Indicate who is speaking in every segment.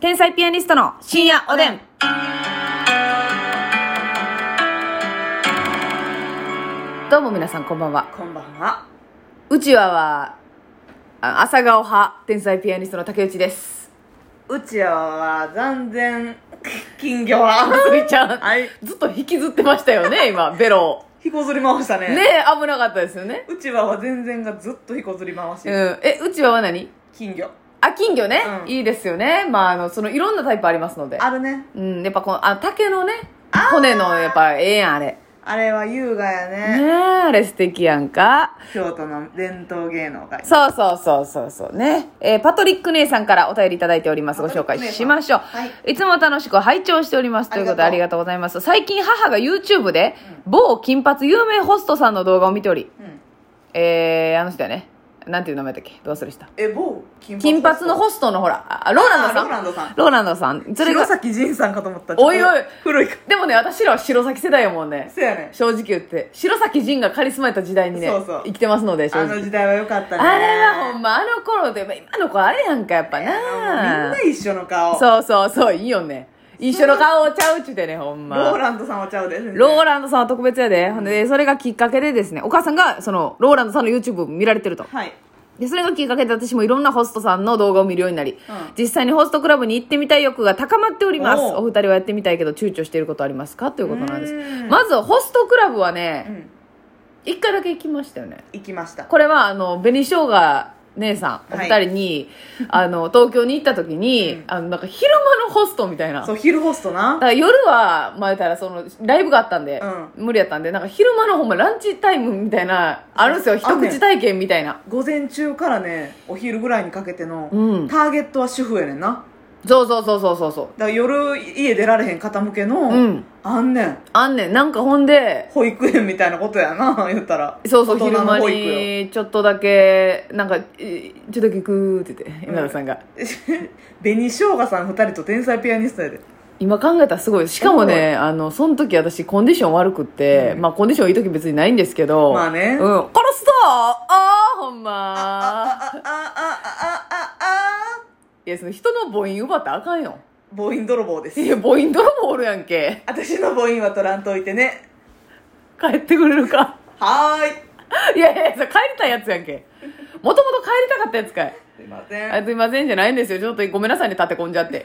Speaker 1: 天才ピアニストの深夜おでん。どうも皆さんこんばんは。
Speaker 2: こんばんは。
Speaker 1: うちわは、あ朝顔派、天才ピアニストの竹内です。
Speaker 2: うちわは残念、金魚は。
Speaker 1: すみちゃん、
Speaker 2: はい。
Speaker 1: ずっと引きずってましたよね、今、ベロ
Speaker 2: ひこずり回したね。
Speaker 1: を。ねえ、危なかったですよね。
Speaker 2: うちわは全然がずっとひこずり回し。
Speaker 1: うん。え、うちわは何
Speaker 2: 金魚。
Speaker 1: あ、金魚ね、
Speaker 2: うん
Speaker 1: いいですよね。まあ、あの、その、いろんなタイプありますので。
Speaker 2: あるね。
Speaker 1: うん、やっぱこの、あ、竹のね、骨の、やっぱ、ええやん、あれ。
Speaker 2: あれは優雅や
Speaker 1: ね
Speaker 2: ね。
Speaker 1: え、あれ素敵やんか。
Speaker 2: 京都の伝統芸能界。
Speaker 1: そうそうそうそうそうね。えーパトリック姉さんからお便りいただいております。ご紹介しましょう。、
Speaker 2: パトリック姉さんはい
Speaker 1: つも楽しく拝聴しております。ということであ
Speaker 2: あ
Speaker 1: り
Speaker 2: り
Speaker 1: が
Speaker 2: が
Speaker 1: とうございます。最近母が YouTube で、某金髪有名ホストさんの動画を見ており、
Speaker 2: うん。
Speaker 1: えー、あの人やね。なんていう名前だっけどうするした
Speaker 2: え、某金
Speaker 1: 金髪の
Speaker 2: ホ
Speaker 1: ホストのほら、あローランドさん。
Speaker 2: あーローランドさん
Speaker 1: ローランドさん。それ
Speaker 2: 弘
Speaker 1: が、
Speaker 2: 前仁さんかと思った。
Speaker 1: おいおい
Speaker 2: ちょっと古いか。
Speaker 1: でもね、私らは白崎世代やもんね。
Speaker 2: そうやね。
Speaker 1: 正直言って。白崎仁がカリスマやった時代にね、
Speaker 2: そうそう
Speaker 1: 生きてますので、正
Speaker 2: あ
Speaker 1: 直。
Speaker 2: の時代は良かったね。
Speaker 1: あれはほんまあの頃で今の子あれやんかやっぱ
Speaker 2: あの
Speaker 1: な
Speaker 2: みんな一緒の顔。
Speaker 1: そうそうそういいよね一緒の顔ちゃうっちゅうてねほんま
Speaker 2: ローランドさんはちゃうで。
Speaker 1: ロー
Speaker 2: ラ
Speaker 1: ランドさんは特別やでほんでそれがきっかけでですねお母さんがそのローランドさんの YouTube 見られてると
Speaker 2: はい。
Speaker 1: でそれがきっかけで私もいろんなホストさんの動画を見るようになり、
Speaker 2: ん
Speaker 1: 実際にホストクラブに行ってみたい欲が高まっております
Speaker 2: おう
Speaker 1: お二人はやってみたいけど躊躇していることありますかということなんです
Speaker 2: うーん
Speaker 1: まずホストクラブは
Speaker 2: う
Speaker 1: ね
Speaker 2: ん。
Speaker 1: 一回だけ行きましたよね
Speaker 2: 行きました。
Speaker 1: これはあの紅生姜姉さんお
Speaker 2: は
Speaker 1: 二
Speaker 2: い
Speaker 1: 人に、あの東京に行った時に、
Speaker 2: うん
Speaker 1: あのなんか昼間のホストみたいな
Speaker 2: そう、昼ホストな
Speaker 1: だか。ら夜は前たらそのライブがあったんで、無理やったんでなんか昼間のほんまランチタイムみたいなあるんですよ一
Speaker 2: あんねん
Speaker 1: 口体験みたいな
Speaker 2: 午前中からねお昼ぐらいにかけての、
Speaker 1: うん
Speaker 2: ターゲットは主婦やねんなだか
Speaker 1: そうそうそうそうそうそう
Speaker 2: ら夜家出られへん方向けの、
Speaker 1: うん
Speaker 2: あんねん
Speaker 1: あんねんなんかほんで
Speaker 2: 保育園みたいなことやな 言ったら
Speaker 1: そうそう
Speaker 2: 大
Speaker 1: 昼
Speaker 2: 人の
Speaker 1: 間
Speaker 2: 保育よ
Speaker 1: にちょっとだけなんかえちょっとだけ行くって言って今田さんが、
Speaker 2: 紅しょうがさん二人と天才ピアニストやで
Speaker 1: 今考えたらすごいしかもねあのその時私コンディション悪くって、
Speaker 2: うん
Speaker 1: まあコンディションいい時別にないんですけど
Speaker 2: まあね
Speaker 1: うん殺すぞああほんま
Speaker 2: あああああああ
Speaker 1: いやその人の母音奪ったらあかんよ
Speaker 2: 母音泥棒で
Speaker 1: い
Speaker 2: す
Speaker 1: や母音泥棒おるやんけ
Speaker 2: 私の母音は取らんといてね
Speaker 1: 帰ってくれるか
Speaker 2: はーい
Speaker 1: いやいやそれ帰りたいやつやんけもともと帰りたかったやつかい
Speaker 2: すいません
Speaker 1: あすいませんじゃないんですよちょっとごめんなさいね立て込んじゃって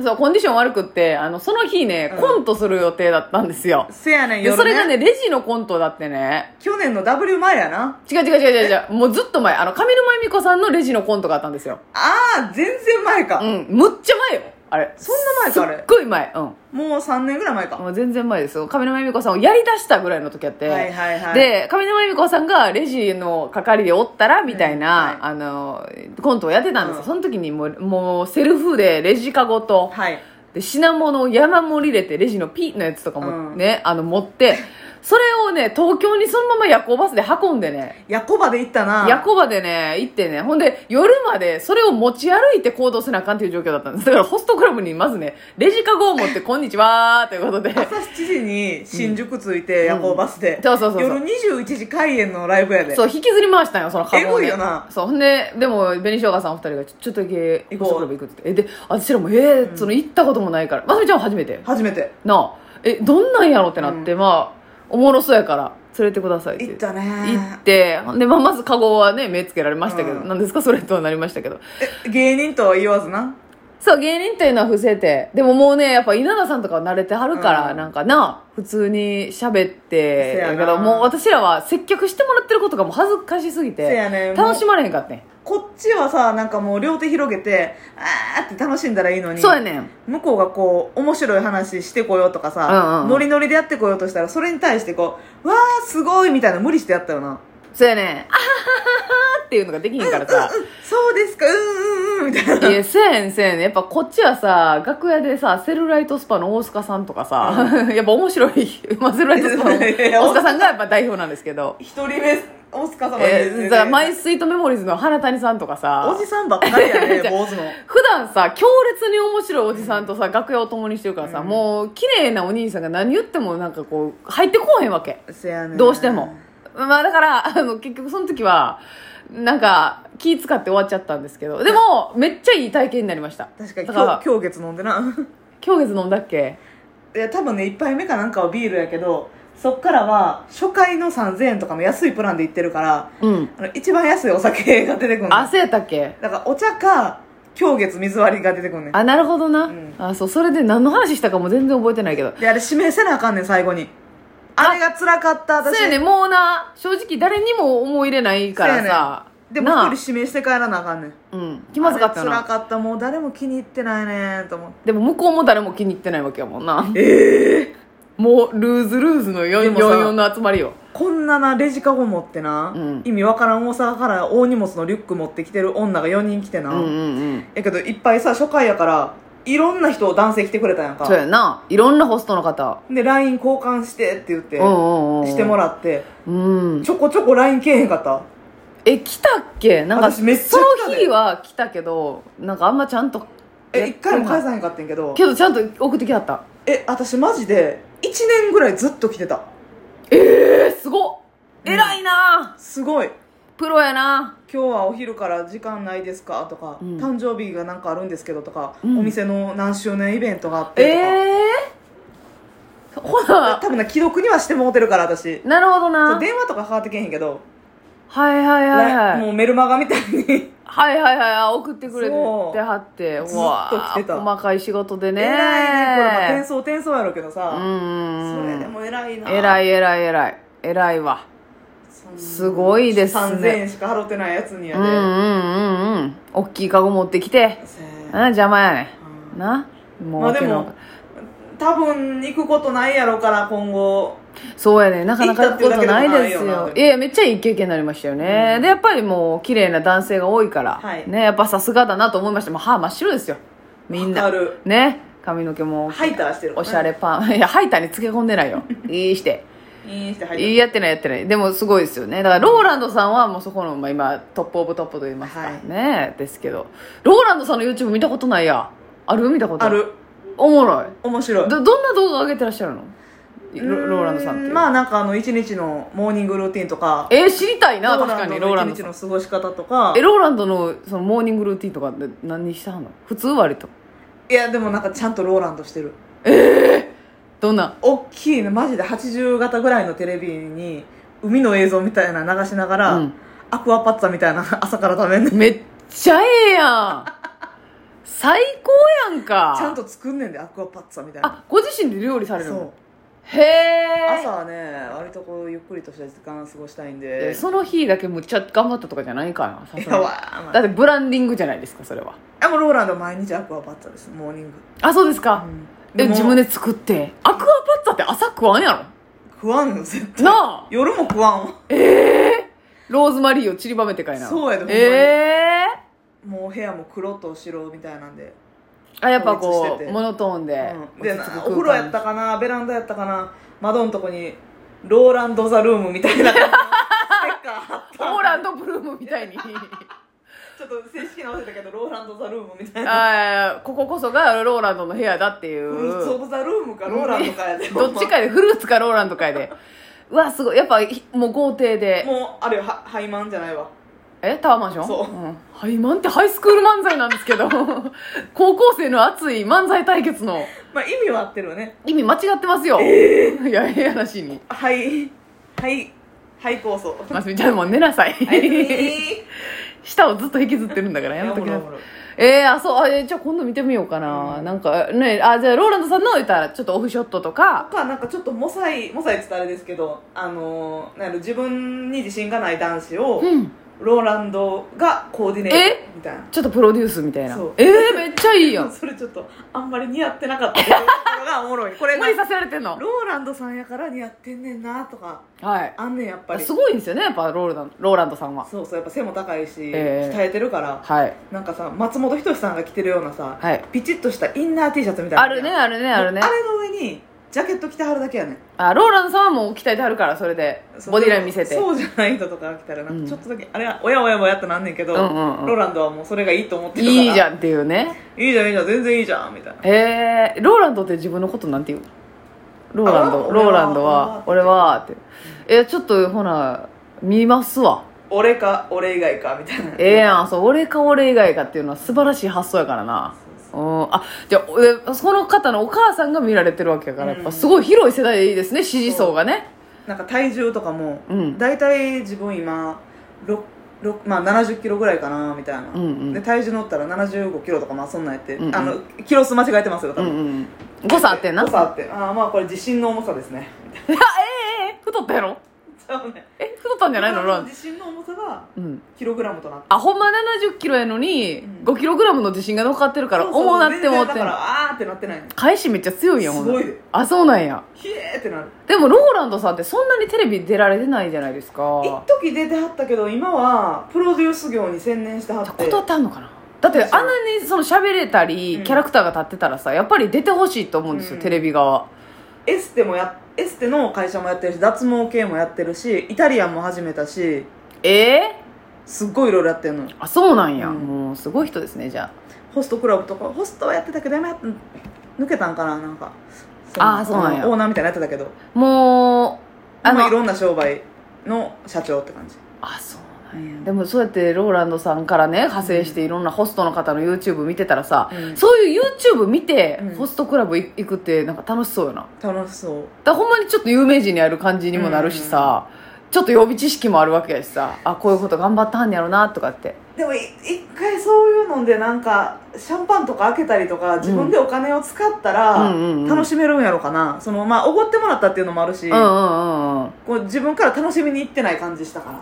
Speaker 1: そうコンディション悪くってあのその日ね、
Speaker 2: うん
Speaker 1: コントする予定だったんですよ
Speaker 2: せやねん
Speaker 1: で
Speaker 2: 夜、ね、
Speaker 1: それがねレジのコントだってね
Speaker 2: 去年の W 前やな
Speaker 1: 違う違う違う違う違う。もうずっと前。あの、上沼恵美子さんのレジのコントがあったんですよ。
Speaker 2: ああ全然前か、
Speaker 1: うん。むっちゃ前よ。あれ。
Speaker 2: そんな前かあれ
Speaker 1: すっごい前。うん。
Speaker 2: もう3年ぐらい前か、
Speaker 1: もう全然前ですよ。上沼恵美子さんをやり出したぐらいの時やって。
Speaker 2: はいはいはい
Speaker 1: で、上沼恵美子さんがレジの係でおったら、みたいな、
Speaker 2: うん
Speaker 1: あの、コントをやってたんですよ。
Speaker 2: うん
Speaker 1: その時にもう、もう、セルフでレジカゴと、
Speaker 2: はい
Speaker 1: で品物を山盛り入れてレジのピッのやつとかも
Speaker 2: うん
Speaker 1: ね、あの持ってそれをね東京にそのまま夜行バスで運んでね
Speaker 2: 夜行場で行ったな
Speaker 1: 夜行場でね、行ってね、ほんで、夜までそれを持ち歩いて行動せなあかんっていう状況だったんです。だからホストクラブにまずね、レジカゴを持って、こんにちはーということで、
Speaker 2: 朝7時に新宿着いて夜行バスで、
Speaker 1: そうそうそうそう
Speaker 2: 夜21時開演のライブやで
Speaker 1: そう、引きずり回したんよ、そのカゴを、ね。
Speaker 2: えぐいよな
Speaker 1: そう、ほんで、でも、紅生姜さんお二人がちょ、ちょっとだけ、
Speaker 2: 行
Speaker 1: ホス
Speaker 2: こう
Speaker 1: トクラブ行くって言って。え、で、私らも、えー、その行ったこともないから、まつみちゃんは初めて。
Speaker 2: 初めて
Speaker 1: なあ、え、どんなんやろってなって、まあ、おもろそうやから、連れてくださいって言っ
Speaker 2: 行っ
Speaker 1: て。
Speaker 2: たね
Speaker 1: 行って、ほんで、まあ、まずカゴはね、目つけられましたけど、
Speaker 2: うん
Speaker 1: なんですかそれとはなりましたけど。
Speaker 2: え芸人とは言わずな
Speaker 1: そう、芸人っていうのは伏せて。でももうね、やっぱ稲田さんとかは慣れてはるから、
Speaker 2: うん
Speaker 1: なんかな、普通に喋って、
Speaker 2: せやな
Speaker 1: だけど、もう私らは接客してもらってることがもう恥ずかしすぎ
Speaker 2: せ
Speaker 1: て、
Speaker 2: やねん
Speaker 1: 楽し
Speaker 2: も
Speaker 1: まれへんかってん。
Speaker 2: うこっちはさなんかもう両手広げてあーって楽しんだらいいのに
Speaker 1: そうやねん。
Speaker 2: 向こうがこう面白い話してこようとか
Speaker 1: う
Speaker 2: さ、
Speaker 1: んうんうん
Speaker 2: ノリノリでやってこようとしたらそれに対してこうわーすごいみたいな無理してやったよな
Speaker 1: そうやねん。あははははっていうのができへんからさ。
Speaker 2: そうですかうんうんうんみたいない
Speaker 1: や、せやねんせやねん。やっぱこっちはさ、楽屋でさ、セルライトスパの大須賀さんとかさ、 やっぱ面白い、まあ、セルライトスパ
Speaker 2: 、
Speaker 1: の大須賀さんがやっぱ代表なんですけど
Speaker 2: 一人目大塚様
Speaker 1: え
Speaker 2: ですね
Speaker 1: ー、だからマイスイートメモリーズの原谷さんとかさ、
Speaker 2: おじさんばっかりや
Speaker 1: じゃ
Speaker 2: ね
Speaker 1: あ
Speaker 2: 坊主の
Speaker 1: 普段さ強烈に面白いおじさんとさ、楽屋を共にしてるからさ、
Speaker 2: うん
Speaker 1: もう綺麗なお兄さんが何言ってもなんかこう入ってこうへんわけ、
Speaker 2: せやねん
Speaker 1: どうしてもまあだから、あの、結局その時は、なんか、気使って終わっちゃったんですけど、でも、めっちゃいい体験になりました。
Speaker 2: 確かに
Speaker 1: だ
Speaker 2: 今
Speaker 1: ら
Speaker 2: 日、今日月飲んでな。
Speaker 1: 今日月飲んだっけ
Speaker 2: いや、多分ね、一杯目かなんかはビールやけど、そっからは、初回の3000円とかも安いプランで行ってるから、
Speaker 1: うん。
Speaker 2: あの、一番安いお酒が出てくるの。
Speaker 1: あ、そうやったっけ
Speaker 2: だから、お茶か、今日月水割りが出てくるねん。
Speaker 1: あ、なるほどな。
Speaker 2: ん
Speaker 1: あ、そう、それで何の話したかも全然覚えてないけど。
Speaker 2: で、あれ指名せなあかんねん、最後に。あれが辛かった、
Speaker 1: そう
Speaker 2: 私。
Speaker 1: やね、もうな、正直誰にも思い入れないからさ。
Speaker 2: でも
Speaker 1: なあ
Speaker 2: 一人指名して帰らなあかんねん。
Speaker 1: うん。気まずかった
Speaker 2: あれ辛
Speaker 1: な。
Speaker 2: かった、もう誰も気に入ってないねん、と思って。
Speaker 1: でも向こうも誰も気に入ってないわけやもんな。
Speaker 2: ええ
Speaker 1: もう、ルーズルーズの
Speaker 2: でもさ
Speaker 1: 44の集まりよ。
Speaker 2: こんななレジカゴ持ってな、
Speaker 1: うん
Speaker 2: 意味わからん大阪から大荷物のリュック持ってきてる女が4人来て
Speaker 1: う
Speaker 2: な、
Speaker 1: んうんうん。
Speaker 2: やけどいっぱいさ初回やからいろんな人男性来てくれたやん
Speaker 1: そう
Speaker 2: か
Speaker 1: やな。いろんなホストの方。
Speaker 2: で LINE 交換してって言って、
Speaker 1: うんうんうん。
Speaker 2: してもらって
Speaker 1: うん。
Speaker 2: ちょこちょこ LINE けえへんかった
Speaker 1: え、来たっけなんか、
Speaker 2: 私めっちゃ来
Speaker 1: そ
Speaker 2: た
Speaker 1: の
Speaker 2: で
Speaker 1: 日は来たけど、なんかあんまちゃんと。
Speaker 2: え一回も返
Speaker 1: さ
Speaker 2: さへんかったんやけど
Speaker 1: けどちゃんと送ってきはった。
Speaker 2: え私マジで1年ぐらいずっと来てた
Speaker 1: えー、すごっ
Speaker 2: うん
Speaker 1: 偉いな
Speaker 2: すごい
Speaker 1: プロやな
Speaker 2: 今日はお昼から時間ないですかとか、
Speaker 1: うん
Speaker 2: 誕生日がなんかあるんですけどとか、
Speaker 1: うん
Speaker 2: お店の何周年イベントがあってとか、
Speaker 1: えー、ほな、
Speaker 2: 多分な既読にはしてもうてるから私
Speaker 1: なるほど
Speaker 2: そう
Speaker 1: な。
Speaker 2: 電話とかかかってけへんけど、
Speaker 1: はいはいはいはい。
Speaker 2: もうメルマガみたいに
Speaker 1: はいはいはいあ、送ってくれて
Speaker 2: そう
Speaker 1: はって、
Speaker 2: ずっと来てた
Speaker 1: うわあ細かい仕事でね。
Speaker 2: 偉いねこれまあ転送転送やろうけど
Speaker 1: う
Speaker 2: さ、
Speaker 1: ん
Speaker 2: そ
Speaker 1: うんう
Speaker 2: れ
Speaker 1: ん。
Speaker 2: でも偉いな
Speaker 1: 偉
Speaker 2: い
Speaker 1: い偉い偉い。偉いわ。すごいですね
Speaker 2: 3000円しか払ってないやつにや
Speaker 1: う
Speaker 2: で、
Speaker 1: んうんうんうん。大きいカゴ持ってきて。
Speaker 2: せ
Speaker 1: うん、
Speaker 2: ー
Speaker 1: 邪魔やね
Speaker 2: うん
Speaker 1: ん。な。も
Speaker 2: まあで
Speaker 1: け
Speaker 2: も
Speaker 1: ど
Speaker 2: 多分行くことないやろから今後
Speaker 1: そうやね。なかなか行くことないですよ。
Speaker 2: 行ったっていうだけでもないよない
Speaker 1: やいや、めっちゃいい経験になりましたよね。
Speaker 2: うん
Speaker 1: で、やっぱりもう、綺麗な男性が多いから。
Speaker 2: はい
Speaker 1: ね、やっぱさすがだなと思いました。もう歯真っ白ですよ。みん
Speaker 2: わ
Speaker 1: な。
Speaker 2: かる
Speaker 1: ね。髪の毛も。
Speaker 2: ハイターしてる
Speaker 1: おしゃれパン。いや、 ハイターにつけ込んでない よ。いいして。
Speaker 2: いいしてハイター
Speaker 1: いいやってないやってない。でもすごいですよね。だからローランドさんはもうそこの、まあ、今トップオブトップと言いますか、
Speaker 2: はい
Speaker 1: ねですけど、ローランドさんの YouTube 見たことないや。ある見たこと
Speaker 2: あ。る
Speaker 1: おもろい。
Speaker 2: 面白い
Speaker 1: ど、どんな動画上げてらっしゃるのロローランドさんって
Speaker 2: う
Speaker 1: いう。
Speaker 2: まあなんかあの一日のモーニングルーティンとか
Speaker 1: えー知りたいな、
Speaker 2: ロ
Speaker 1: 確
Speaker 2: ーラ
Speaker 1: か
Speaker 2: ン
Speaker 1: に、
Speaker 2: ド
Speaker 1: ローラ
Speaker 2: の
Speaker 1: ンド
Speaker 2: 一日
Speaker 1: さん
Speaker 2: の。過ごし方とか
Speaker 1: え、ローランドのそのモーニングルーティンとかって何したの普通割と。
Speaker 2: いやでもなんかちゃんとローランドしてる
Speaker 1: どんな
Speaker 2: 大きいのマジで80型ぐらいのテレビに海の映像みたいな流しながら、
Speaker 1: うん
Speaker 2: アクアパッツァみたいな 朝から食べんねんち
Speaker 1: めっちゃええやん。最高やんか。
Speaker 2: ゃん。と作んねんでアクアパッツァみたいな
Speaker 1: あ、ご自身で料理される
Speaker 2: そう
Speaker 1: のへえ。
Speaker 2: 朝はね割とこうゆっくりとした時間過ごしたい
Speaker 1: えー
Speaker 2: んで
Speaker 1: その日だけむっちゃ頑張ったとかじゃないかなさ
Speaker 2: い
Speaker 1: す
Speaker 2: や
Speaker 1: がに
Speaker 2: わー、ま
Speaker 1: だ
Speaker 2: あ
Speaker 1: ってブランディングじゃないですかそれは
Speaker 2: でもローランド毎日アクアパッツァですモーニング、
Speaker 1: あそうですか、え
Speaker 2: も
Speaker 1: 自分で作ってアクアパッツァって朝食わんや
Speaker 2: 食わんよ絶
Speaker 1: ろ
Speaker 2: 対
Speaker 1: なあ
Speaker 2: 夜も食わんわ
Speaker 1: ローズマリーを散りばめてかいな
Speaker 2: そうやでほんまに
Speaker 1: え
Speaker 2: もう部屋も黒と白みたいなんで、
Speaker 1: えあやっぱ
Speaker 2: 統一し
Speaker 1: こ
Speaker 2: て
Speaker 1: う
Speaker 2: て
Speaker 1: モノトーンで、
Speaker 2: うん、で
Speaker 1: 落ち着く空間
Speaker 2: なお風呂やったかなベランダやったかな窓のとこにローランド・ザ・ルームみたいな感じのステッカー貼っ
Speaker 1: オーランドブルームみた いに
Speaker 2: ちょっと正式な話だけど、ローランド・ザ・ルームみたいな。
Speaker 1: あーこここそがローランドの部屋だってい
Speaker 2: フルーツ・オ
Speaker 1: う
Speaker 2: ブ・ザ・ルームか、ローランドかやで。
Speaker 1: どっちかでフルーツかローランドかやでうわすごいやっぱひもう豪邸で
Speaker 2: もう、あれよ、はハイマンじゃないわ。
Speaker 1: えタワーマンション、
Speaker 2: そうん
Speaker 1: ハイマンってハイスクール漫才なんですけど 高校生の熱い漫才対決の
Speaker 2: まあ、意味は合ってるよね。
Speaker 1: 意味間違ってますよ、いやいやらしいに
Speaker 2: はい、はい、はい、構想。
Speaker 1: マスミちゃんもう寝なさい
Speaker 2: あいつに
Speaker 1: 舌をずっと引きずってるんだからやめときなさいえー、あそうあえーじゃあ今度見てみようかな、
Speaker 2: うん
Speaker 1: なんかねあじゃあローランドさんの言ったらちょっとオフショットとか
Speaker 2: かなんかちょっとモサイモサイって言ったらあれですけどあのーなんやろ自分に自信がない男子を
Speaker 1: うん
Speaker 2: ローランドがコーディネー
Speaker 1: え
Speaker 2: トみたいな
Speaker 1: ちょっとプロデュースみたいな
Speaker 2: そう
Speaker 1: えー、めっちゃいいやん
Speaker 2: それちょっとあんまり似合ってなかったっていうところがおもろいこれ
Speaker 1: 無
Speaker 2: が
Speaker 1: 理させられてんの
Speaker 2: ローランドさんやから似合ってんねんなとか
Speaker 1: はい
Speaker 2: あんねんやっぱり
Speaker 1: すごいんですよねやっぱローランローランドさんは
Speaker 2: そうそうやっぱ背も高いし、
Speaker 1: ええ
Speaker 2: 鍛えてるから
Speaker 1: はい
Speaker 2: なんかさ松本人志さんが着てるようなさ、
Speaker 1: はい
Speaker 2: ピチッとしたインナー T シャツみたいな
Speaker 1: あるねあるねあるね
Speaker 2: あれの上にジャケット着てはるだけやねん
Speaker 1: あローランドさんはもう鍛えてはるからそれで
Speaker 2: そう
Speaker 1: ボディライン見せて
Speaker 2: そうじゃない人とかが来たらなん
Speaker 1: うん
Speaker 2: かちょっとだけ、あれはおやおやおやってなんねんけど、
Speaker 1: うんうんうん
Speaker 2: ローランドはもうそれがいいと思ってるから
Speaker 1: いいじ
Speaker 2: ん
Speaker 1: ゃんっていうね
Speaker 2: いいじゃんいいじゃん全然いいじゃんみたいな
Speaker 1: えー、ローランドって自分のことなんて言うローランドロ
Speaker 2: あロ
Speaker 1: ー
Speaker 2: ー
Speaker 1: ラ
Speaker 2: ラ
Speaker 1: ン
Speaker 2: ン
Speaker 1: ド
Speaker 2: ド
Speaker 1: は
Speaker 2: は
Speaker 1: 俺はってえちょっとほな見ますわ
Speaker 2: 俺か俺以外かみたいな
Speaker 1: ええやんそう俺か俺以外かっていうのは素晴らしい発想やからなうん、あじゃあえその方のお母さんが見られてるわけやからやっぱすごい広い世代でいいですね支持層がね
Speaker 2: なんか体重とかも、
Speaker 1: うん
Speaker 2: 大体自分今ろろまあ、70キロぐらいかなみたいな、
Speaker 1: うんうん
Speaker 2: で体重乗ったら75キロとかまあそんなんやって、
Speaker 1: うんうん
Speaker 2: あのキロ数間違えてますよ多
Speaker 1: うん
Speaker 2: 分、
Speaker 1: うん誤差あってんな
Speaker 2: 誤差あってああまあこれ自信の重さですね
Speaker 1: ええええ太ったやろ
Speaker 2: ちゃうね
Speaker 1: え太ったんじゃないのロン
Speaker 2: 自信の重さが
Speaker 1: うん
Speaker 2: キログラムとなって
Speaker 1: あほんま7 0キロやのに
Speaker 2: ん
Speaker 1: 5キログラムの自信が乗っかってるから
Speaker 2: そうそう
Speaker 1: 重なっても
Speaker 2: 全然
Speaker 1: っ
Speaker 2: だ
Speaker 1: て
Speaker 2: か
Speaker 1: ん
Speaker 2: らあーってなってないの
Speaker 1: 返しめっちゃ強いやんほんなら
Speaker 2: すごいで
Speaker 1: あそうなんや
Speaker 2: ひえーってなる
Speaker 1: でもローランドさんってそんなにテレビ出られてないじゃないです
Speaker 2: 一
Speaker 1: か
Speaker 2: 時出てはったけど今はプロデュース業に専念してはっ
Speaker 1: じゃあ
Speaker 2: て
Speaker 1: 断ったんのかなだってあんなにその喋れたり、
Speaker 2: うん
Speaker 1: キャラクターが立ってたらさやっぱり出てほしいと思うんですよ、
Speaker 2: うん
Speaker 1: テレビ側
Speaker 2: エステもやエステの会社もやってるし脱毛系もやってるしイタリアンも始めたし
Speaker 1: ええ
Speaker 2: すっごいいろいろやってるのよ
Speaker 1: あそうなんや、
Speaker 2: うん
Speaker 1: もうすごい人ですねじゃ
Speaker 2: ホストクラブとかホストはやってたけどやめや抜けたんかななんか
Speaker 1: あーそうなんや
Speaker 2: オーナーみたいなのやってたけど
Speaker 1: あもうあ
Speaker 2: ま
Speaker 1: の
Speaker 2: あいろんな商売の社長って感じ
Speaker 1: あそうなんやでもそうやってローランドさんからね派生していろんなホストの方の YouTube 見てたらさ、
Speaker 2: うん
Speaker 1: そういう YouTube 見て、
Speaker 2: うん
Speaker 1: ホストクラブい行くってなんか楽しそうよなだか
Speaker 2: 楽しそう
Speaker 1: らほんまにちょっと有名人にある感じにもなるしさ、ちょっと予備知識もあるわけやしさあこういうこと頑張ったんやろなとかって
Speaker 2: でもい一回そういうのでなんかシャンパンとか開けたりとか自分でお金を使ったら
Speaker 1: うんうんうん
Speaker 2: 楽しめるんやろかなそのまあおごってもらったっていうのもあるし、
Speaker 1: うんうんうんうん
Speaker 2: こう自分から楽しみに行ってない感じしたから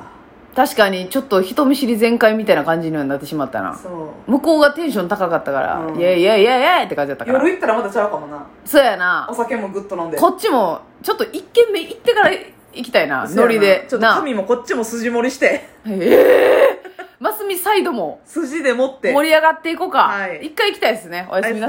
Speaker 1: 確かにちょっと人見知り全開みたいな感じにはなってしまったな
Speaker 2: そう
Speaker 1: 向こうがテンション高かったから、
Speaker 2: うん
Speaker 1: イエイイエイイエイイエイって感じだったから
Speaker 2: 夜行ったらまたちゃうかもな
Speaker 1: そうやな
Speaker 2: お酒もグッと飲んで
Speaker 1: こっちもちょっと一軒目行ってから行きたいな
Speaker 2: そうやな
Speaker 1: ノリで
Speaker 2: ちょっと
Speaker 1: な
Speaker 2: 髪もこっちも筋盛りして
Speaker 1: ええマスミサイドも
Speaker 2: 筋で持って
Speaker 1: 盛り上がっていこうか、
Speaker 2: はい
Speaker 1: 一回行きたいですねおやすみなさい